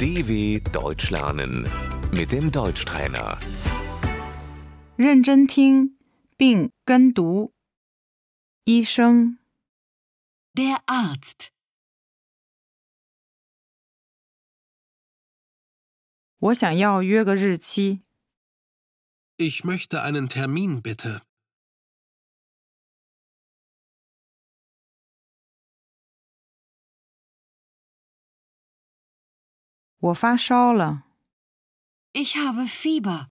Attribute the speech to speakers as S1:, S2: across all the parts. S1: DW Deutsch lernen mit dem Deutschtrainer.
S2: 认真听并跟读。医生，
S3: Der Arzt.
S2: 我想要约个日期。
S4: Ich möchte einen Termin bitte.
S2: “我发烧了，
S3: Ich habe Fieber.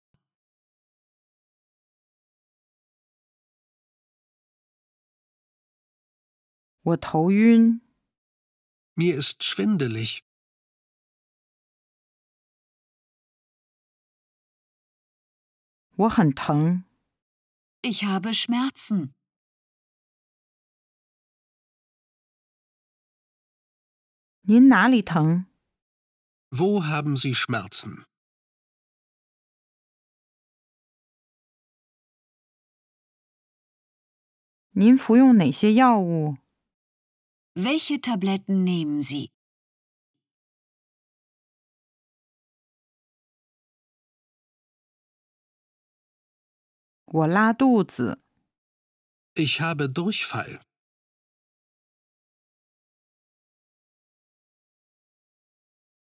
S2: 我头晕，
S4: Mir ist schwindelig.
S2: 我很疼，
S3: Ich habe Schmerzen.
S2: 您哪里疼？
S4: Wo haben Sie Schmerzen?
S2: 您服用哪些药物？
S3: Welche Tabletten nehmen Sie?
S2: 我拉肚子，
S4: Ich habe Durchfall.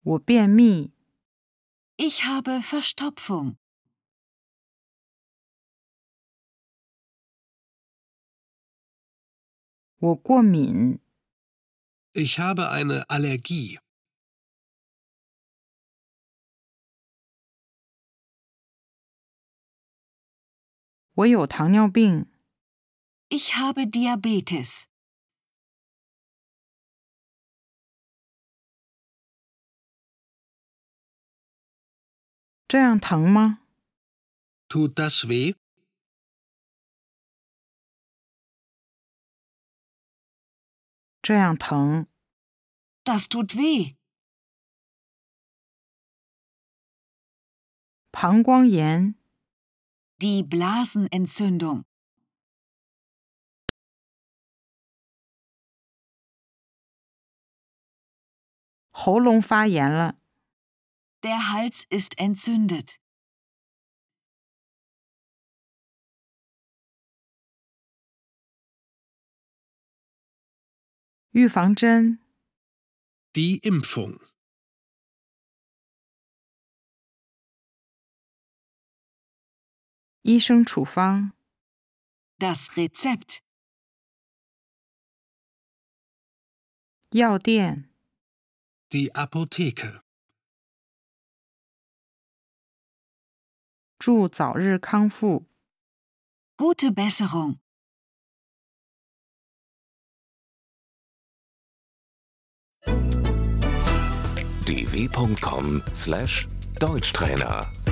S2: 我便秘，
S3: Ich habe Verstopfung.
S2: 我过敏，
S4: Ich habe eine Allergie.
S2: 我有糖尿病，
S3: Ich habe Diabetes.
S2: 这样疼吗？
S4: Tut das weh?
S2: 这样疼，
S3: Das tut weh.
S2: 膀胱炎，
S3: Die Blasenentzündung.
S2: 喉咙发炎了，
S3: Der Hals ist entzündet.
S2: 预防针，
S4: Die Impfung.
S2: 医生处方。
S3: Das Rezept.
S2: 药店。
S4: Die Apotheke.
S2: 祝早日康复。
S3: Gute Besserung.
S1: dw.com/deutschtrainer